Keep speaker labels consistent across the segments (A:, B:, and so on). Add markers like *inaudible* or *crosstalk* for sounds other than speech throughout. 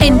A: En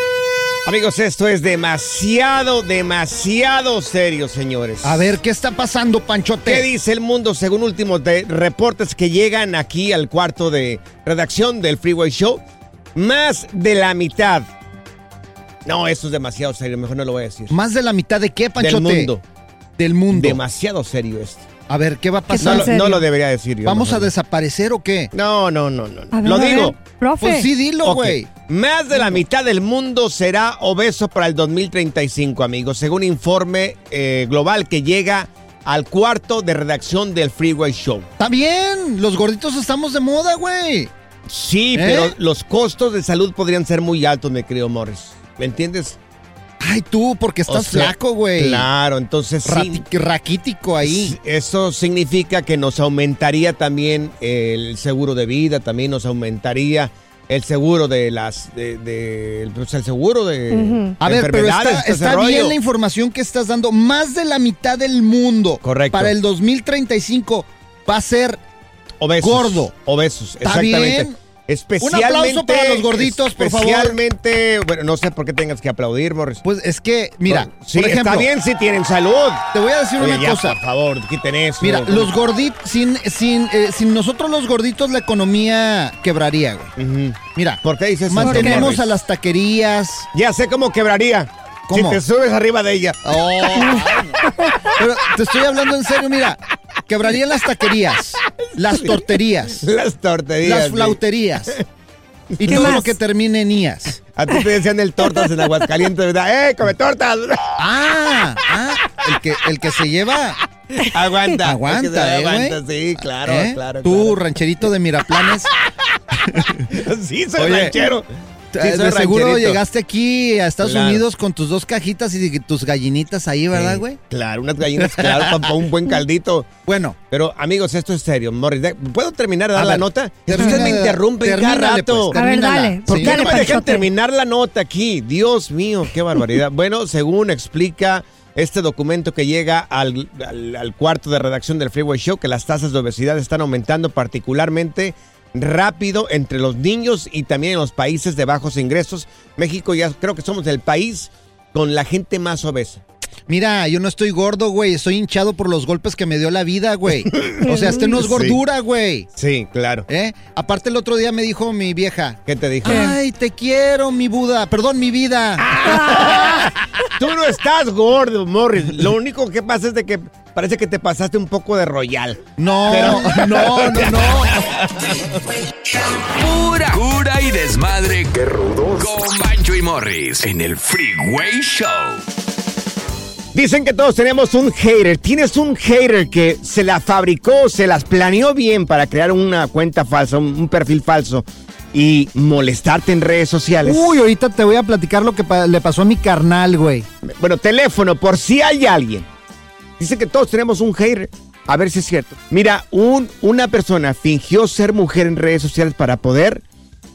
B: Amigos, esto es demasiado, demasiado serio, señores.
C: A ver, ¿qué está pasando, Panchote?
B: ¿Qué dice el mundo según últimos de- reportes que llegan aquí al cuarto de redacción del Freeway Show? Más de la mitad. No, esto es demasiado serio, mejor no lo voy a decir.
C: Más de la mitad de qué, Panchote?
B: Del mundo.
C: Del mundo.
B: Demasiado serio esto.
C: A ver, ¿qué va a
B: No
C: pasar?
B: lo, no lo debería decir yo.
C: ¿Vamos a
B: mejor.
C: desaparecer o qué?
B: No, no, no, no. no.
D: A ver,
B: lo
D: a ver,
B: digo.
D: profe.
C: Pues sí, dilo,
B: Ok.
C: güey.
B: Más de la mitad del mundo será obeso para el 2035, amigos, según informe eh, global que llega al cuarto de redacción del Freeway Show.
C: Está bien, los gorditos estamos de moda, güey.
B: Sí,
C: ¿Eh?
B: pero los costos de salud podrían ser muy altos, me creo, Morris. ¿Me entiendes?
C: Ay, tú, porque
B: O
C: estás
B: sea,
C: flaco, güey.
B: Claro, entonces sí.
C: Rati- Raquítico ahí.
B: Eso significa que nos aumentaría también el seguro de vida, también nos aumentaría el seguro de las. De, de- pues el seguro de.
D: Ujú.
C: A
B: de
C: ver, pero
B: enfermedades,
C: está,
B: todo ese
C: está bien
B: rollo.
C: la información que estás dando. Más de la mitad del mundo.
B: Correcto.
C: Para el 2035 va a ser
B: Obesos.
C: gordo.
B: Obesos,
C: ¿Está
B: exactamente.
C: bien?
B: Especialmente.
C: Un aplauso para los gorditos, por favor.
B: Especialmente. Bueno, no sé por qué tengas que aplaudir, Morris.
C: Pues es que, mira,
B: Oh, Sí,
C: por ejemplo,
B: está bien si tienen salud.
C: te voy a decir
B: Oye,
C: una
B: ya,
C: cosa.
B: Por favor, quiten eso.
C: Mira, los gorditos, sin, sin, eh, sin nosotros los gorditos, la economía quebraría, güey.
B: Ujú.
C: Mira,
B: ¿Por qué dices eso,
C: mantenemos
B: Morris?
C: a las taquerías.
B: Ya sé cómo quebraría.
C: ¿Cómo?
B: Si te subes arriba de ella.
C: Pero te estoy hablando en serio, mira. Quebrarían las taquerías, las torterías,
B: Las torterías.
C: las
B: sí.
C: flauterías *laughs* y
D: ¿Qué
C: todo
D: más?
C: lo que termine en ías.
B: A ti te decían el tortas en Aguascalientes, ¿verdad? ¡Eh,
C: *laughs*
B: come tortas!
C: Ah, ah, el que, el que se lleva.
B: aguanta.
C: Aguanta,
B: Es que se
C: eh, güey.
B: Aguanta, sí, claro,
C: ¿eh?
B: claro.
C: Tú, rancherito de
B: *laughs*
C: Miraplanes.
B: claro. *laughs* Sí, soy
C: Oye,
B: ranchero. Sí,
C: eh,
B: soy
C: de seguro
B: rancherito.
C: llegaste aquí a Estados
B: Claro.
C: Unidos con tus dos cajitas y tus gallinitas ahí, ¿verdad,
B: Sí,
C: güey?
B: Claro, unas gallinas, claro, para, un buen caldito.
C: Bueno,
B: Pero, amigos, esto es serio. Morris, de- ¿puedo terminar de dar
C: A
B: la
C: ver,
B: nota? Es que
C: termina
B: Ustedes me
C: de-
B: interrumpen cada
C: termínale, pues,
B: rato.
D: A ver,
C: termínala.
D: dale.
B: ¿Por
C: Sí.
B: qué no me dejan
D: Panchote.
B: terminar la nota aquí? Dios mío, qué barbaridad. bueno, según explica este documento que llega al, al- al cuarto de redacción del Freeway Show, que las tasas de obesidad están aumentando particularmente rápido entre los niños y también en los países de bajos ingresos. México ya creo que somos el país con la gente más obesa.
C: Mira, yo no estoy gordo, güey. Estoy hinchado por los golpes que me dio la vida, güey. O sea, este no es
B: Sí.
C: gordura, güey.
B: Sí, claro.
C: ¿Eh? Aparte, el otro día me dijo mi vieja.
B: ¿Qué te dije?
C: Ay, te quiero, mi Buda. Perdón, mi vida.
B: Tú no estás gordo, Morris. Lo único que pasa es de que parece que te pasaste un poco de royal.
C: No, no,
B: *laughs*
C: no, no.
E: Pura cura y desmadre. ¡Qué rudos! Con Bancho y Morris en el Freeway Show.
B: Dicen que todos tenemos un hater. Tienes un hater que se la fabricó, se las planeó bien para crear una cuenta falsa, un, un perfil falso. y molestarte en redes sociales.
C: Uy, ahorita te voy a platicar lo que pa- le pasó a mi carnal, güey.
B: Bueno, teléfono, por si hay alguien. Dice que todos tenemos un hater. A ver si es cierto. Mira, un, una persona fingió ser mujer en redes sociales para poder,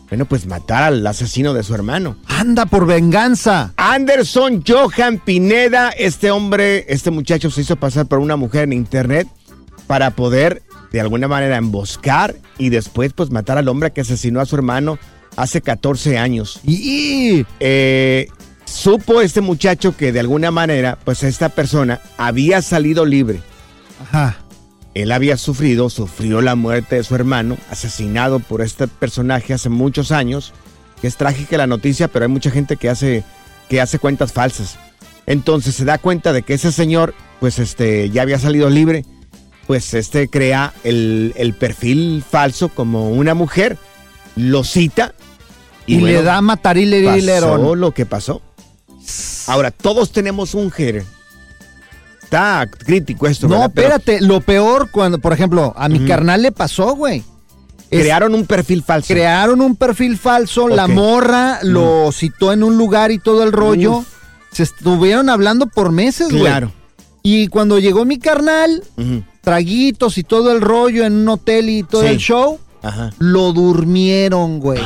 B: bueno, pues matar al asesino de su hermano.
C: Anda por venganza.
B: Anderson Johan Pineda, este hombre, este muchacho se hizo pasar por una mujer en internet para poder de alguna manera emboscar y después pues matar al hombre que asesinó a su hermano hace 14 años.
C: Y
B: Eh, supo este muchacho que de alguna manera pues esta persona había salido libre.
C: ajá.
B: Él había sufrido, sufrió la muerte de su hermano, asesinado por este personaje hace muchos años. Que es trágica la noticia, pero hay mucha gente que hace, que hace cuentas falsas. Entonces se da cuenta de que ese señor, pues este, ya había salido libre. Pues este crea el, el perfil falso como una mujer, lo cita
C: Y, le
B: bueno,
C: da a matar y le
B: pasó
C: y le herón.
B: lo que pasó. Ahora, todos tenemos un hater. Está crítico esto,
C: No,
B: ¿verdad? Pero-
C: espérate, lo peor cuando, por ejemplo, a mi
B: Ujú.
C: carnal le pasó, güey. Es-
B: Crearon un perfil falso.
C: crearon un perfil falso, la
B: Ok.
C: morra lo citó en un lugar y todo el rollo.
B: Uf.
C: Se estuvieron hablando por meses, güey.
B: Claro.
C: Y cuando llegó mi carnal,
B: Ujú.
C: traguitos y todo el rollo en un hotel y todo
B: Sí.
C: el show,
B: Ajá.
C: lo durmieron, güey.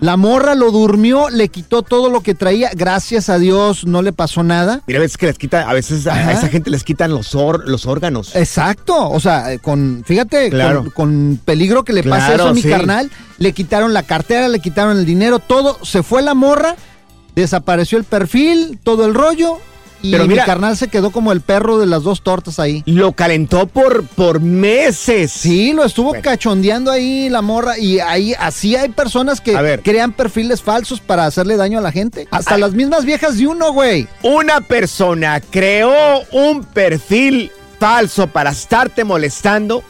C: La morra lo durmió, le quitó todo lo que traía. Gracias a Dios no le pasó nada.
B: Mira, a veces que les quita, a veces a-
C: Ajá. Eh.
B: a esa gente les quitan los, or- los órganos.
C: Exacto, o sea, eh, con, fíjate,
B: Claro.
C: con, con peligro que le pase
B: Claro,
C: eso a mi
B: sí.
C: carnal, le quitaron la cartera, le quitaron el dinero, todo, se fue la morra, desapareció el perfil, todo el rollo, y
B: Pero mira-
C: mi carnal se quedó como el perro de las dos tortas ahí.
B: Lo calentó por, por meses.
C: Sí, lo estuvo
B: Bueno.
C: cachondeando ahí la morra, y ahí, así hay personas que
B: A ver. Ah.
C: crean perfiles falsos para hacerle daño a la gente. Hasta las mismas viejas de uno, güey.
B: Una persona creó un perfil falso para estarte molestando.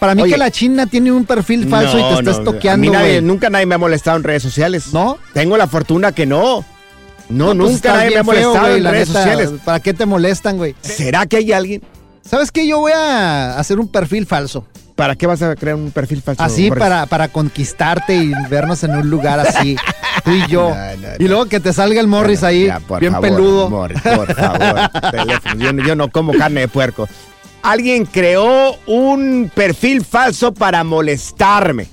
C: Para mí
B: Oye.
C: que la China tiene un perfil falso y te estás
B: A
C: toqueando,
B: mí nadie-
C: güey.
B: nunca nadie me ha molestado en redes sociales.
C: ¿No?
B: Tengo la fortuna que no.
C: No,
B: No,
C: pues
B: nunca
C: estás
B: nadie me ha
C: bien feo,
B: molestado
C: güey,
B: en
C: la
B: redes
C: neta,
B: sociales.
C: ¿Para qué te molestan, güey?
B: ¿Será que hay alguien?
C: ¿Sabes qué? Yo voy a hacer un perfil falso.
B: ¿Para qué vas a crear un perfil falso?
C: Así
B: Jorge?
C: para, para conquistarte y vernos en un lugar así, tú y yo.
B: *laughs* No, no,
C: Y luego que te salga el Morris
B: Bueno,
C: ahí,
B: ya, por
C: bien
B: favor,
C: peludo.
B: Morris, por
C: *laughs*
B: favor, teléfono. Yo, no- yo no como carne de puerco. Alguien creó un perfil falso para molestarme.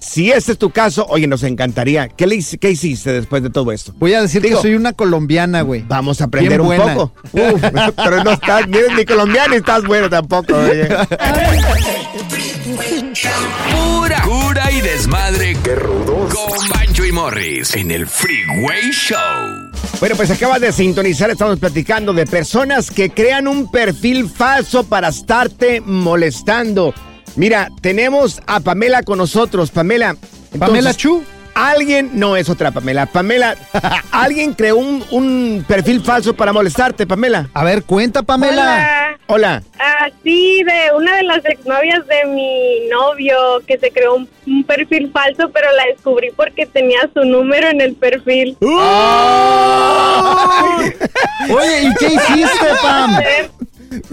B: Si ese es tu caso, oye, nos encantaría. ¿Qué, le, hice- qué hiciste después de todo esto?
C: Voy a decir
B: Digo,
C: que soy una colombiana, güey.
B: Vamos a aprender
C: Bien
B: un
C: buena.
B: poco. Uf, *laughs* pero no estás ni, ni colombiano ni estás bueno tampoco. oye.
E: Pura cura y desmadre. Qué rudos. Con Banjo y Morris en el Freeway Show.
B: Bueno, pues acabas de sintonizar, estamos platicando de personas que crean un perfil falso para estarte molestando. Mira, tenemos a Pamela con nosotros. Pamela.
C: Pamela
B: entonces,
C: Chu.
B: Alguien, no es otra Pamela. Pamela, *laughs* alguien creó un, un perfil falso para molestarte, Pamela.
C: A ver, cuenta, Pamela.
D: Hola.
B: Hola.
D: Ah, sí, de una de las exnovias de mi novio que se creó un, un perfil falso, pero la descubrí porque tenía su número en el perfil.
C: Oye, ¿y qué hiciste, Pam?
D: Eh,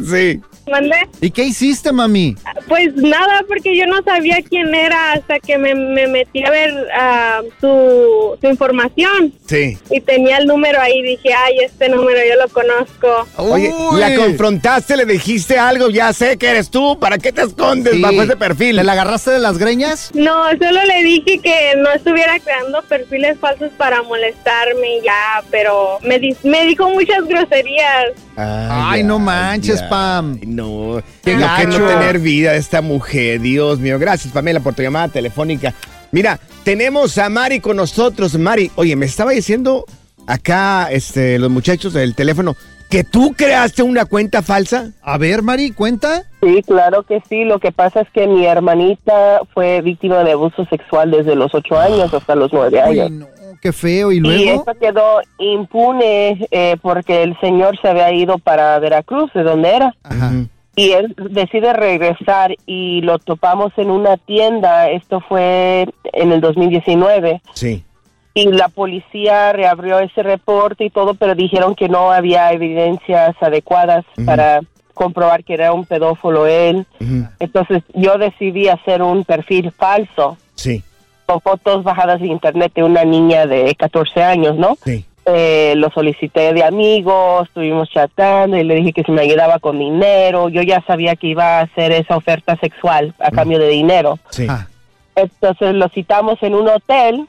B: Sí.
D: ¿Mandé?
C: ¿Y qué hiciste, mami?
D: Pues nada, porque yo no sabía quién era hasta que me, me metí a ver ah, su, su información
B: Sí.
D: y tenía el número ahí. Dije, ay, este número yo lo conozco.
B: Oye,
C: Uy.
B: la confrontaste, le dijiste algo, ya sé que eres tú, ¿para qué te escondes
C: Sí.
B: bajo ese perfil?
C: ¿Le la agarraste de las greñas?
D: No, solo le dije que no estuviera creando perfiles falsos para molestarme y ya, pero me, di- me dijo muchas groserías.
C: Ay, no manches, Pam.
B: Ay, No,
C: Qué
B: lo que es no
C: gacho.
B: tener vida de esta mujer, Dios mío. Gracias, Pamela, por tu llamada telefónica. Mira, tenemos a Mari con nosotros. Mari, oye, me estaba diciendo acá este, los muchachos del teléfono que tú creaste una cuenta falsa.
C: A ver, Mari, cuenta.
F: Sí, claro que sí. Lo que pasa es que mi hermanita fue víctima de abuso sexual desde los ocho años hasta los nueve
C: Uy,
F: años.
C: no, qué feo. ¿Y
F: Y
C: luego?
F: eso quedó impune eh, porque el señor se había ido para Veracruz, de donde era.
C: Ajá.
F: Y él decide regresar y lo topamos en una tienda. Esto fue en el 2019.
B: Sí.
F: Y la policía reabrió ese reporte y todo, pero dijeron que no había evidencias adecuadas para comprobar que era un pedófilo él. Entonces yo decidí hacer un perfil falso
B: Sí.
F: con fotos bajadas de internet de una niña de 14 años, ¿no?
B: Sí.
F: Eh, lo solicité de amigos, estuvimos chatando y le dije que si me ayudaba con dinero, yo ya sabía que iba a hacer esa oferta sexual a cambio de dinero.
B: Sí.
C: Ah.
F: Entonces lo citamos en un hotel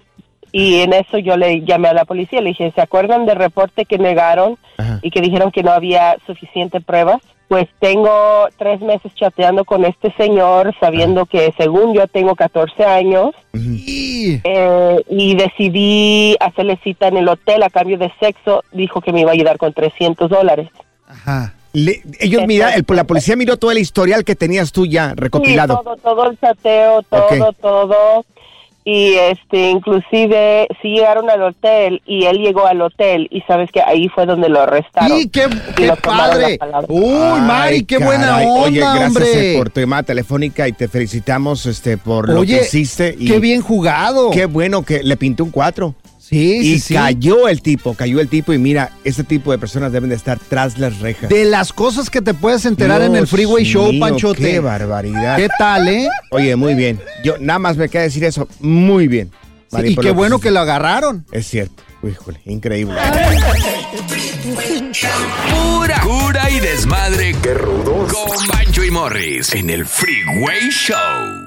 F: y en eso yo le llamé a la policía, le dije, ¿se acuerdan del reporte que negaron
B: Ajá.
F: y que dijeron que no había suficiente pruebas? Pues tengo tres meses chateando con este señor, sabiendo que según yo tengo 14 años,
C: Y-
F: eh, y decidí hacerle cita en el hotel a cambio de sexo. Dijo que me iba a ayudar con 300 dólares.
C: Ajá.
B: Le- ellos mira, el- la policía miró todo el historial que tenías tú ya
F: Sí,
B: recopilado.
F: todo, todo el chateo, todo,
B: Ok.
F: todo. Y este, inclusive, sí llegaron al hotel y él llegó al hotel y sabes que ahí fue donde lo arrestaron.
C: Y qué,
F: Y
C: qué
F: lo tomaron
C: padre.
F: la palabra.
C: Uy, Mari, qué buena
B: caray.
C: onda,
B: Oye, gracias
C: hombre.
B: eh, por tu llamada telefónica y te felicitamos este por lo
C: Oye,
B: que hiciste. Y
C: qué bien jugado.
B: Qué bueno que le pintó un cuatro.
C: sí, sí,
B: Y
C: sí.
B: cayó el tipo, cayó el tipo y mira, este tipo de personas deben de estar tras las rejas.
C: De las cosas que te puedes enterar en el
B: Dios
C: Freeway Show,
B: mío,
C: Panchote.
B: Qué barbaridad.
C: ¿Qué tal, eh?
B: Oye, muy bien. Yo nada más me queda decir eso. Muy bien.
C: Sí,
B: Mari,
C: y
B: por
C: qué
B: lo
C: bueno que
B: hiciste.
C: lo agarraron.
B: Es cierto. Híjole, increíble.
E: Pura cura y desmadre. Qué rudos. Con Bancho y Morris en el Freeway Show.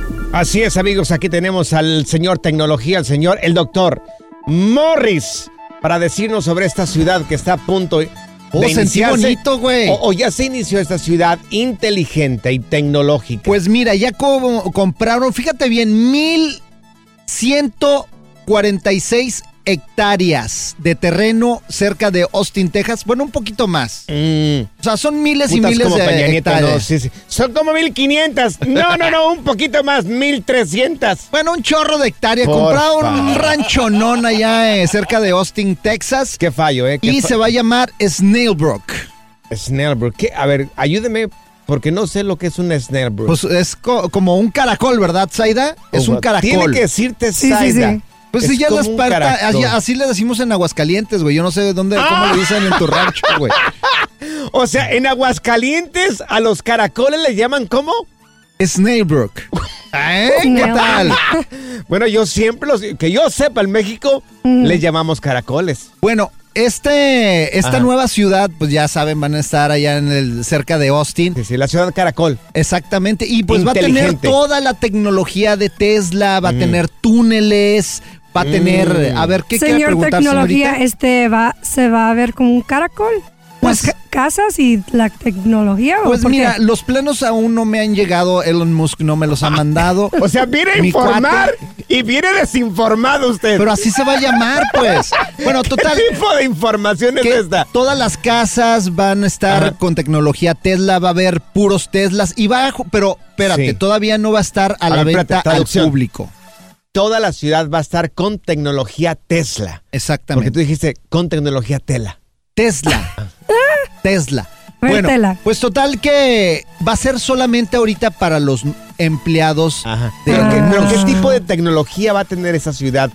B: Así es, amigos. Aquí tenemos al señor tecnología, al señor, el doctor Morris, para decirnos sobre esta ciudad que está a punto de
C: Oh, sentí
B: iniciarse,
C: bonito, güey.
B: O, o ya se inició esta ciudad inteligente y tecnológica.
C: Pues mira, ya co- compraron, fíjate bien, 1146 hectáreas de terreno cerca de Austin, Texas. Bueno, un poquito más.
B: Mm,
C: O sea, son miles y
B: putas
C: miles
B: como
C: de
B: Peña Nieto,
C: hectáreas.
B: no, sí, sí. Son como 1500. No, no, no, un poquito más, 1300.
C: Bueno, un chorro de hectáreas.
B: Por
C: Compraron un
B: favor.
C: ranchonón allá eh, cerca de Austin, Texas.
B: Qué fallo, ¿eh? Qué
C: Y
B: fa-
C: se va a llamar Snailbrook.
B: Snellbrook. ¿Qué? A ver, ayúdeme, porque no sé lo que es un Snellbrook.
C: Pues es co- como un caracol, ¿verdad, Zaida? Es un caracol.
B: Oh, Tiene que decirte
C: Sí, sí,
B: Zaida.
C: sí. Pues sí,
B: Es
C: ya
B: como
C: las
B: un
C: parta, así,
B: caracol.
C: así le decimos en Aguascalientes, güey. Yo no sé de dónde, cómo le dicen en tu rancho, güey.
B: O sea, en Aguascalientes a los caracoles les llaman ¿cómo?
C: Snailbrook. ¿Eh? ¿Qué tal?
B: Bueno, yo siempre los que yo sepa en México
C: Mm.
B: les llamamos caracoles.
C: Bueno, este, esta
B: Ajá.
C: nueva ciudad, pues ya saben, van a estar allá en el, cerca de Austin.
B: Sí, sí, la ciudad caracol.
C: Exactamente, y pues va a tener
B: Inteligente. Mm.
C: toda la tecnología de Tesla, va a tener túneles, va a tener, a ver, ¿qué quiere
D: Señor
C: preguntar,
D: Tecnología,
C: señorita?
D: este va, se va a ver como un caracol.
C: Pues
G: las ca- casas y la tecnología? ¿o
C: Pues
G: por qué?
C: mira, los planos aún no me han llegado, Elon Musk no me los ha mandado.
B: *laughs* O sea, viene a informar y viene desinformado usted.
C: Pero así se va a llamar, pues. Bueno,
B: *laughs*
C: total.
B: ¿Qué tipo de información es
C: que
B: esta?
C: Todas las casas van a estar con tecnología Tesla, va a haber puros Teslas y va, a ju- pero espérate,
B: Sí.
C: todavía no va a estar a, la
B: ver,
C: venta
B: espérate,
C: al
B: traducción.
C: público.
B: Toda la ciudad va a estar con tecnología Tesla.
C: Exactamente.
B: Porque tú dijiste con tecnología Tela.
C: Tesla. Tesla.
G: Ver,
C: Bueno,
G: Tesla.
C: pues total que va a ser solamente ahorita para los empleados de
B: Pero, ¿qué,
C: Elon
B: pero
C: Musk.
B: ¿qué tipo de tecnología va a tener esa ciudad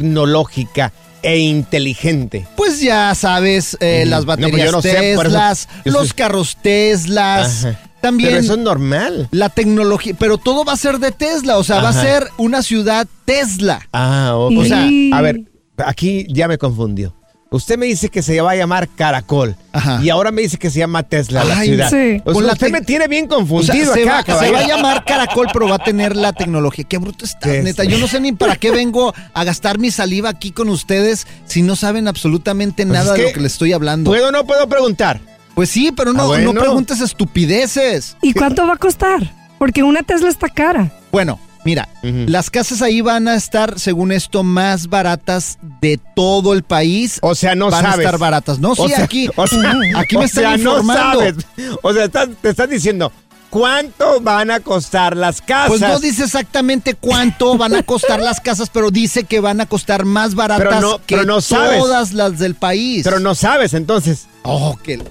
B: tecnológica e inteligente?
C: Pues ya sabes, eh,
B: Mm.
C: las
B: No, pues yo
C: baterías
B: no sé, por eso-
C: Teslas,
B: yo
C: los
B: sé.
C: carros Teslas,
B: Ajá.
C: también
B: Pero eso es normal.
C: la tecnología, pero todo va a ser de Tesla, o sea, va a
B: Ajá.
C: ser una ciudad Tesla.
B: Ah, ok.
G: Sí.
B: o sea, a ver, aquí ya me confundió. Usted me dice que se va a llamar Caracol
C: Ajá.
B: y ahora me dice que se llama Tesla la
C: Ay,
B: ciudad.
G: sí.
B: O sea,
C: Con la
B: usted
C: tec-
B: me tiene bien
C: O sea,
B: confundido
C: se,
B: acá,
C: va, se
B: caballero.
C: va a llamar Caracol, pero va a tener la tecnología. Qué bruto estás,
B: Tesla.
C: neta. Yo no sé ni para qué vengo a gastar mi saliva aquí con ustedes si no saben absolutamente
B: Pues
C: nada
B: es
C: de lo
B: que-
C: que les estoy hablando.
B: ¿Puedo o no puedo preguntar?
C: Pues sí, pero no,
B: Ah, bueno.
C: no preguntes estupideces.
G: ¿Y cuánto va a costar? Porque una Tesla está cara.
C: Bueno, mira,
B: Ujú.
C: las casas ahí van a estar, según esto, más baratas de todo el país.
B: O sea, no
C: van
B: sabes.
C: a estar baratas. No, sí,
B: O sea,
C: aquí,
B: o sea,
C: aquí me
B: o
C: están
B: sea,
C: informando.
B: No sabes. O sea, estás- te están diciendo, ¿cuánto van a costar las casas?
C: Pues no dice exactamente cuánto van a costar las casas, pero dice que van a costar más baratas
B: Pero no-
C: que
B: pero no sabes.
C: todas las del país.
B: Pero no sabes, entonces. *laughs*
C: Oh, que...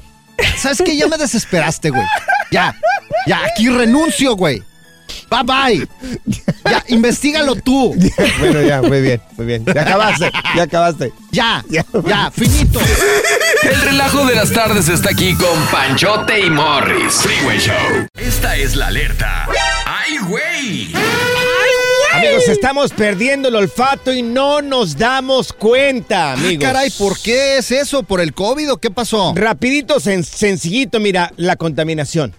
C: ¿Sabes qué? Ya me desesperaste, güey. Ya, ya, aquí renuncio, güey. Bye, bye. Ya, investigalo tú.
B: Bueno, ya, muy bien, muy bien. Ya acabaste, ya acabaste.
C: Ya, ya, finito.
E: El relajo de las tardes está aquí con Panchote y Morris. Freeway Show. Esta es la alerta. ¡Ay, güey!
B: Amigos, estamos perdiendo el olfato y no nos damos cuenta, amigos.
C: Ah, Caray, ¿por qué es eso? ¿Por el COVID o qué pasó?
B: Rapidito, sen- sencillito, mira, la contaminación.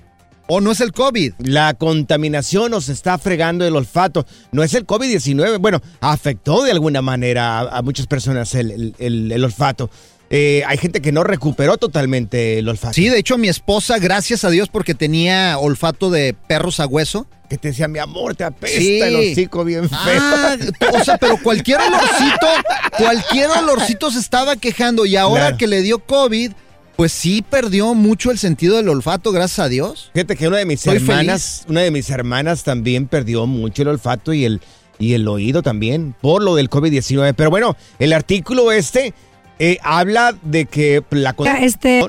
C: ¿O Oh, no es el COVID?
B: La contaminación nos está fregando el olfato. No es el COVID-19. Bueno, afectó de alguna manera a, a muchas personas el, el- el- el olfato. Eh, hay gente que no recuperó totalmente el olfato.
C: Sí, de hecho mi esposa, gracias a Dios porque tenía olfato de perros a hueso.
B: Que te decía, mi amor, te apesta
C: Sí.
B: el hocico bien feo.
C: Ah, o sea, pero cualquier olorcito, cualquier olorcito se estaba quejando y ahora
B: Claro.
C: que le dio COVID, pues sí perdió mucho el sentido del olfato, gracias a Dios.
B: Fíjate que una de mis
C: Estoy
B: hermanas, una de mis hermanas también perdió mucho el olfato y el, y el oído también por lo del COVID-19. Pero bueno, el artículo este eh, habla de que la
G: Ya, Este,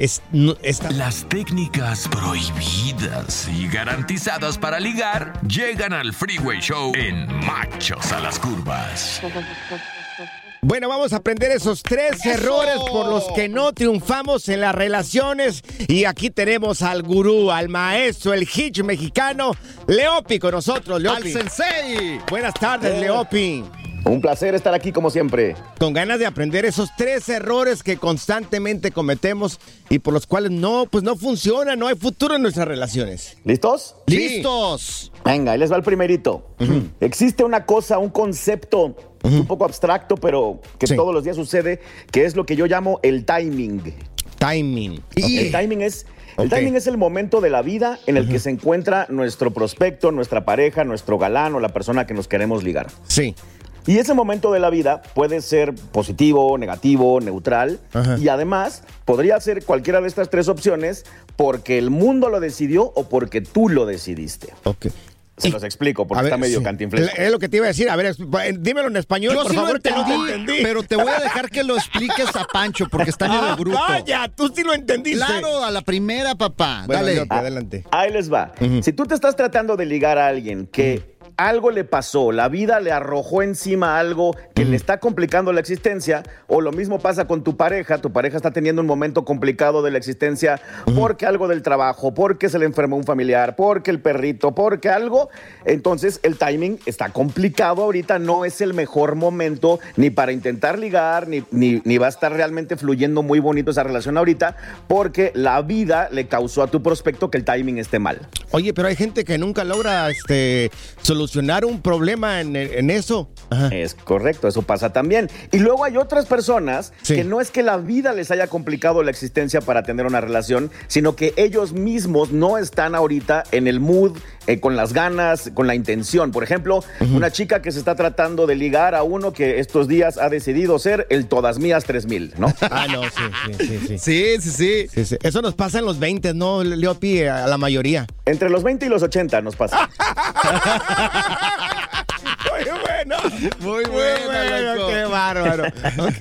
B: es, no- está-
E: Las técnicas prohibidas y garantizadas para ligar llegan al Freeway Show en Machos a las Curvas.
B: Bueno, vamos a aprender esos tres errores por los que no triunfamos en las relaciones. Y aquí tenemos al gurú, al maestro, el hitch mexicano, Leopi con nosotros, Leopi.
C: sensei!
B: Buenas tardes, Leopi.
H: Un placer estar aquí como siempre.
B: con ganas de aprender esos tres errores que constantemente cometemos y por los cuales no, pues no funciona, no hay futuro en nuestras relaciones.
H: ¿Listos?
B: Sí.
C: ¡Listos!
H: Venga, ahí les va el primerito. Existe una cosa, un concepto un poco abstracto, pero que
B: Sí.
H: todos los días sucede, que es lo que yo llamo el timing.
B: Timing.
H: El timing es... El
B: Ok.
H: timing es el momento de la vida en el que se encuentra nuestro prospecto, nuestra pareja, nuestro galán o la persona que nos queremos ligar.
B: Sí.
H: Y ese momento de la vida puede ser positivo, negativo, neutral.
B: Ajá.
H: Y además podría ser cualquiera de estas tres opciones porque el mundo lo decidió o porque tú lo decidiste.
B: Ok.
H: Se
B: Y-
H: los explico porque
B: A ver,
H: está medio
B: sí. eh.
H: cantinflesco.
B: Es lo que te iba a decir. A ver, es- eh, dímelo en español,
C: Yo
B: por
C: sí
B: favor,
C: lo
B: que no
C: entendí,
B: te entendí.
C: pero te voy a dejar que lo expliques a Pancho porque está en el
B: Ah,
C: grupo.
B: Vaya, tú sí lo entendiste.
C: Claro, a la primera, papá.
B: Bueno,
C: Dale.
B: yo- adelante.
H: Ah, Ahí les va. Si tú te estás tratando de ligar a alguien que algo le pasó, la vida le arrojó encima algo que le está complicando la existencia, o lo mismo pasa con tu pareja, tu pareja está teniendo un momento complicado de la existencia porque algo del trabajo, porque se le enfermó un familiar, porque el perrito, porque algo, entonces el timing está complicado ahorita, no es el mejor momento ni para intentar ligar, ni, ni- ni va a estar realmente fluyendo muy bonito esa relación ahorita, porque la vida le causó a tu prospecto que el timing esté mal.
B: Oye, pero hay gente que nunca logra este, solucionar un problema en, en eso.
H: Es correcto, eso pasa también. Y luego hay otras personas que no es que la vida les haya complicado la existencia para tener una relación, sino que ellos mismos no están ahorita en el mood, eh, con las ganas, con la intención. Por ejemplo, una chica que se está tratando de ligar a uno que estos días ha decidido ser el Todas Mías 3000, ¿no?
B: Ah, no, sí, sí, sí. Sí, *laughs* sí, sí. sí, sí. Eso nos pasa en los 20, ¿no, Leopi? Eh, A la mayoría.
H: Entre los 20 y los 80 nos pasa.
B: Ah, Muy bueno. Muy bueno. Qué *laughs* bárbaro. Ok.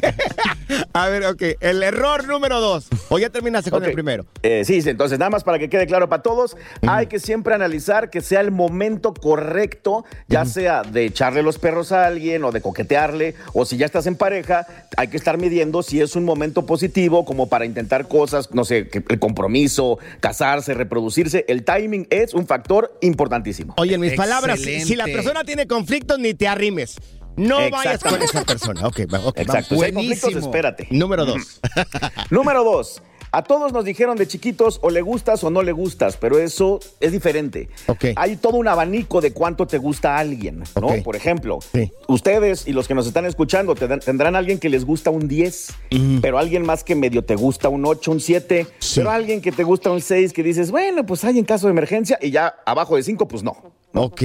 B: A ver, ok. El error número dos. O ya terminaste con el
H: Ok.
B: primero.
H: Eh, sí, sí, entonces nada más para que quede claro para todos, hay que siempre analizar que sea el momento correcto, ya sea de echarle los perros a alguien o de coquetearle, o si ya estás en pareja, hay que estar midiendo si es un momento positivo como para intentar cosas, no sé, que- el compromiso, casarse, reproducirse. El timing es un factor importantísimo.
B: Oye, en mis palabras, si- si la persona tiene conflictos, ni te arrimes. No vayas
H: Exacto.
B: con esa persona. Ok, va, ok.
H: Exacto, si hay conflictos,
B: Buenísimo.
H: espérate.
B: Número dos.
H: Número dos. A todos nos dijeron de chiquitos o le gustas o no le gustas, pero eso es diferente. Hay todo un abanico de cuánto te gusta a alguien, ¿no?
B: Ok.
H: Por ejemplo,
B: Sí.
H: ustedes y los que nos están escuchando te- tendrán alguien que les gusta un 10, pero alguien más que medio te gusta un 8, un 7, pero alguien que te gusta un 6 que dices, bueno, pues hay en caso de emergencia y ya abajo de 5, pues no.
B: *laughs* Ok.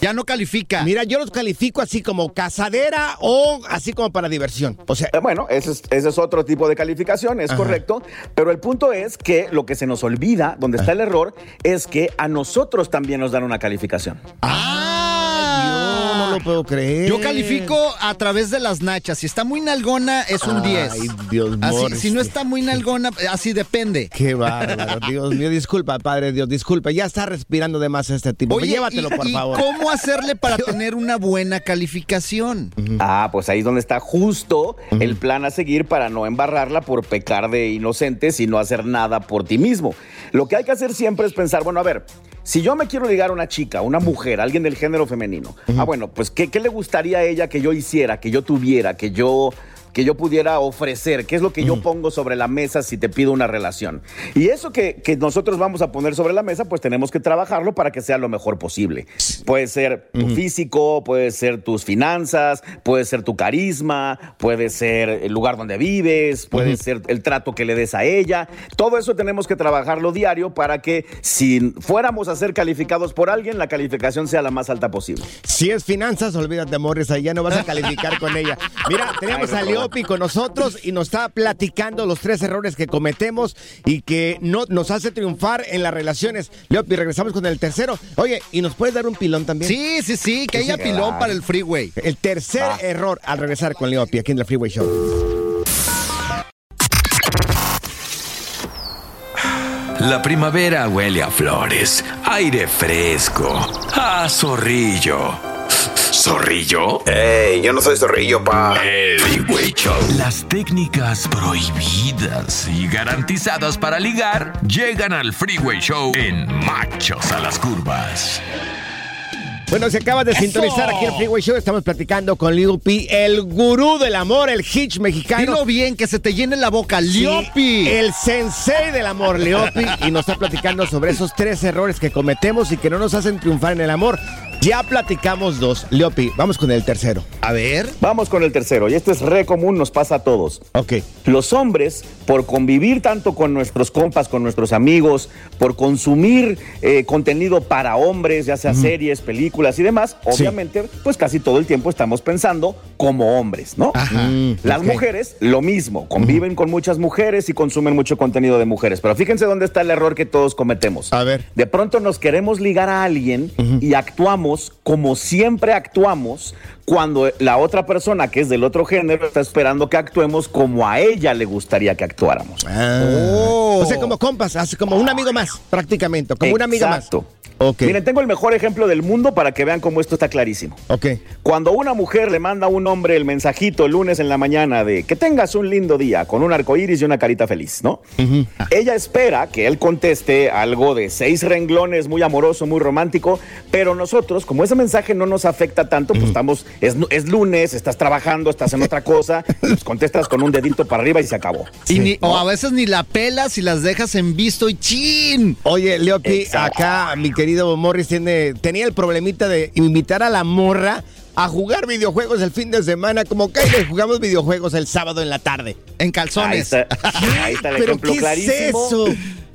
B: Ya no califica. Mira, yo los califico así como casadera o así como para diversión. O sea,
H: Eh, Bueno, ese es, ese es otro tipo de calificación, es correcto, pero el punto es que lo que se nos olvida, donde está el error, es que a nosotros también nos dan una calificación.
B: yo no lo puedo creer.
C: Ah. Yo califico a través de las nachas. Si está muy nalgona, es un
B: Ay,
C: 10.
B: Dios
C: Así,
B: Morris.
C: si no está muy nalgona, así depende.
B: Qué bárbaro, Dios mío, disculpa, Padre Dios, disculpa, ya está respirando de más este tipo.
C: Oye,
B: Llévatelo,
C: y-
B: por
C: y
B: favor.
C: ¿Cómo hacerle
B: *laughs*
C: para tener una buena calificación?
H: Ah, pues ahí es donde está justo el plan a seguir para no embarrarla por pecar de inocentes y no hacer nada por ti mismo. Lo que hay que hacer siempre es pensar, bueno, a ver, si yo me quiero ligar a una chica, una mujer, alguien del género femenino, ah, bueno, pues ¿qué, qué le gustaría a ella que yo hiciera, que yo tuviera, que yo que yo pudiera ofrecer, qué es lo que yo pongo sobre la mesa si te pido una relación. Y eso que, que nosotros vamos a poner sobre la mesa, pues tenemos que trabajarlo para que sea lo mejor posible. Puede ser tu físico, puede ser tus finanzas, puede ser tu carisma, puede ser el lugar donde vives, puede ser el trato que le des a ella. Todo eso tenemos que trabajarlo diario para que si fuéramos a ser calificados por alguien, la calificación sea la más alta posible.
B: Si es finanzas, olvídate, Morris, ahí ya no vas a calificar con ella. Mira, teníamos
H: Ay,
B: a
H: no,
B: Leopi con nosotros y nos estaba platicando los tres errores que cometemos y que no nos hace triunfar en las relaciones. Leopi, regresamos con el tercero. Oye, ¿y nos puedes dar un pilón también?
C: Sí, sí, sí, que haya pilón para el freeway.
B: El tercer error al regresar con Leopi aquí en la Freeway Show.
E: La primavera huele a flores, aire fresco, a zorrillo. ¿Zorrillo?
I: Ey, yo no soy zorrillo, pa.
E: El Freeway Show. Las técnicas prohibidas y garantizadas para ligar llegan al Freeway Show en Machos a las Curvas.
B: Bueno, si acabas de
E: ¡Eso!
B: sintonizar aquí en el Freeway Show, estamos platicando con Leopi, el gurú del amor, el hitch mexicano.
C: Dilo bien, que se te llene la boca,
B: Sí,
C: Liopi.
B: El sensei del amor, Leopi, y nos está platicando sobre esos tres errores que cometemos y que no nos hacen triunfar en el amor. Ya platicamos dos. Leopi, vamos con el tercero.
C: A ver.
H: Vamos con el tercero, y esto es re común, nos pasa a todos.
B: Ok.
H: Los hombres, por convivir tanto con nuestros compas, con nuestros amigos, por consumir eh, contenido para hombres, ya sea series, películas y demás, obviamente, pues casi todo el tiempo estamos pensando como hombres, ¿no? Las mujeres, lo mismo, conviven con muchas mujeres y consumen mucho contenido de mujeres. Pero fíjense dónde está el error que todos cometemos.
B: A ver.
H: De pronto nos queremos ligar a alguien y actuamos como siempre actuamos cuando la otra persona que es del otro género está esperando que actuemos como a ella le gustaría que actuáramos.
C: Oh.
B: O sea, como compas, así como un amigo más, prácticamente, como una amiga más.
H: Exacto.
B: Ok.
H: Miren, tengo el mejor ejemplo del mundo para que vean cómo esto está clarísimo.
B: Ok.
H: Cuando una mujer le manda a un hombre el mensajito el lunes en la mañana de que tengas un lindo día con un arco iris y una carita feliz, ¿no? Ella espera que él conteste algo de seis renglones, muy amoroso, muy romántico, pero nosotros, como ese mensaje no nos afecta tanto, pues estamos, es, es lunes, estás trabajando, estás en otra
B: *laughs*
H: cosa, pues contestas con un dedito para arriba y se acabó.
C: Y ni- o a veces ni la pelas y las dejas en visto y chin.
B: Oye, Leopi, acá mi querido Morris tiene, tenía el problemita de invitar a la morra a jugar videojuegos el fin de semana, como que le jugamos videojuegos el sábado en la tarde. En calzones.
H: Ahí está,
B: *laughs*
H: ahí está el
B: ¿Pero
H: ejemplo
B: qué es
H: clarísimo.
B: eso?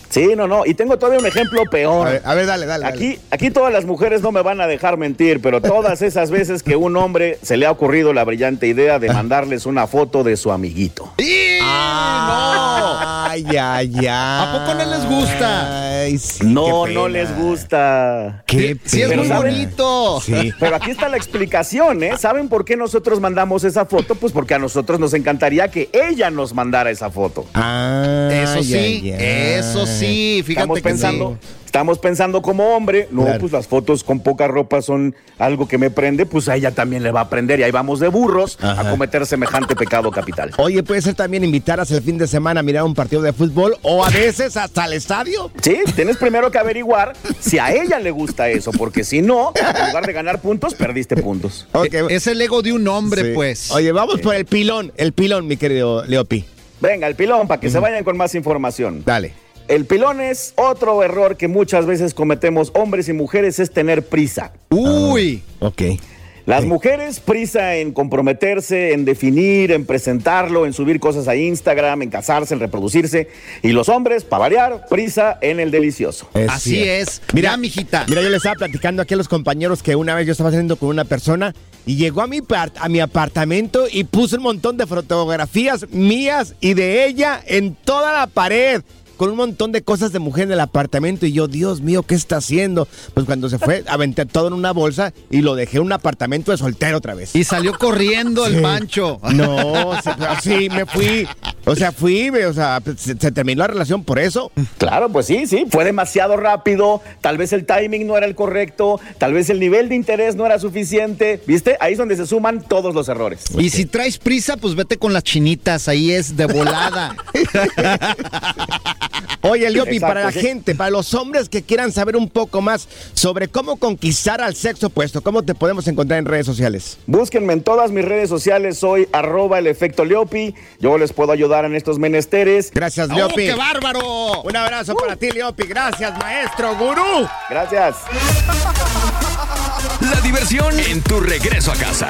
H: Sí, no, no. Y tengo todavía un ejemplo peor.
B: A ver, a ver, dale, dale,
H: Aquí, aquí todas las mujeres no me van a dejar mentir, pero todas esas veces que un hombre se le ha ocurrido la brillante idea de mandarles una foto de su amiguito.
B: Ah, Ay, ay, ay. ¿A poco no les gusta?
H: no,
B: qué
H: no
B: pena.
H: les gusta.
B: Qué Sí, es pena. muy bonito. Sí.
H: Pero aquí está la explicación, ¿eh? ¿Saben por qué nosotros mandamos esa foto? Pues porque a nosotros nos encantaría que ella nos mandara esa foto.
B: Ah,
C: Eso sí, eso sí, fíjate
H: estamos
C: que
H: pensando, Estamos pensando como hombre, no,
C: Claro.
H: pues las fotos con poca ropa son algo que me prende, pues a ella también le va a prender y ahí vamos de burros a cometer semejante pecado capital.
B: Oye, puede ser también invitarlas el fin de semana a mirar un partido de fútbol o a veces hasta al estadio.
H: Sí, tienes primero que averiguar si a ella le gusta eso, porque si no, en lugar de ganar puntos, perdiste puntos.
B: Eh,
C: E,
B: Es el ego de un hombre,
H: pues.
B: Oye, vamos por el pilón, el pilón, mi querido Leopi.
H: Venga, el pilón, para que se vayan con más información.
B: Dale.
H: El pilón es otro error que muchas veces cometemos hombres y mujeres, es tener prisa.
B: Uy. Ok.
H: Las mujeres prisa en comprometerse, en definir, en presentarlo, en subir cosas a Instagram, en casarse, en reproducirse. Y los hombres, para variar, prisa en el delicioso.
C: Así es.
B: Mira, mijita. Mira, yo le estaba platicando aquí a los compañeros que una vez yo estaba saliendo con una persona y llegó a mi, par- a mi apartamento y puso un montón de fotografías mías y de ella en toda la pared. Con un montón de cosas de mujer en el apartamento y yo, Dios mío, ¿qué está haciendo? Pues cuando se fue, aventé todo en una bolsa y lo dejé en un apartamento de soltero otra vez.
C: Y salió corriendo el
B: Sí.
C: mancho.
B: No, sí, pero sí, me fui. O sea, fui, me- o sea, se, se terminó la relación por eso.
H: Claro, pues sí, sí, fue demasiado rápido, tal vez el timing no era el correcto, tal vez el nivel de interés no era suficiente, ¿viste? Ahí es donde se suman todos los errores.
C: Y si traes prisa, pues vete con las chinitas, ahí es de volada.
B: Oye, Leopi,
C: Exacto,
B: para la
C: sí.
B: gente, para los hombres que quieran saber un poco más sobre cómo conquistar al sexo opuesto, ¿cómo te podemos encontrar en redes sociales?
H: Búsquenme en todas mis redes sociales, soy arroba el efecto Leopi, yo les puedo ayudar en estos menesteres.
B: Gracias,
C: ¡Oh,
B: Leopi.
C: ¡Qué bárbaro!
B: Un abrazo para ti, Leopi. Gracias, maestro, gurú.
H: Gracias.
E: La diversión en tu regreso a casa.